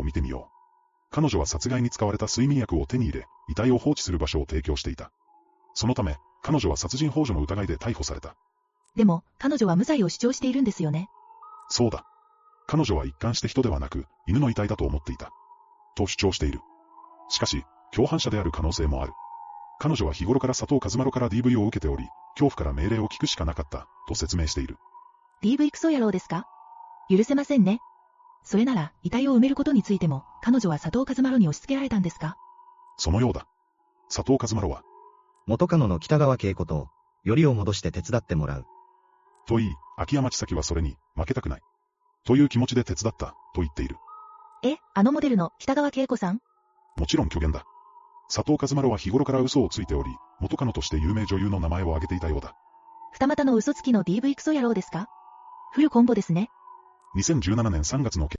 見てみよう。彼女は殺害に使われた睡眠薬を手に入れ、遺体を放置する場所を提供していた。そのため、彼女は殺人幇助の疑いで逮捕された。でも、彼女は無罪を主張しているんですよね。そうだ。彼女は一貫して人ではなく、犬の遺体だと思っていた。と主張している。しかし、共犯者である可能性もある。彼女は日頃から佐藤和丸から DV を受けており、恐怖から命令を聞くしかなかった、と説明している。 DV クソ野郎ですか許せませんね。それなら、遺体を埋めることについても、彼女は佐藤和丸に押し付けられたんですかそのようだ。佐藤和丸は、元カノの北川景子と、よりを戻して手伝ってもらう。と言い、秋山千咲はそれに、負けたくない。という気持ちで手伝った、と言っている。え、あのモデルの北川景子さんもちろん虚言だ。佐藤和丸は日頃から嘘をついており、元カノとして有名女優の名前を挙げていたようだ。二股の嘘つきの DV クソ野郎ですかフルコンボですね。 2017年3月の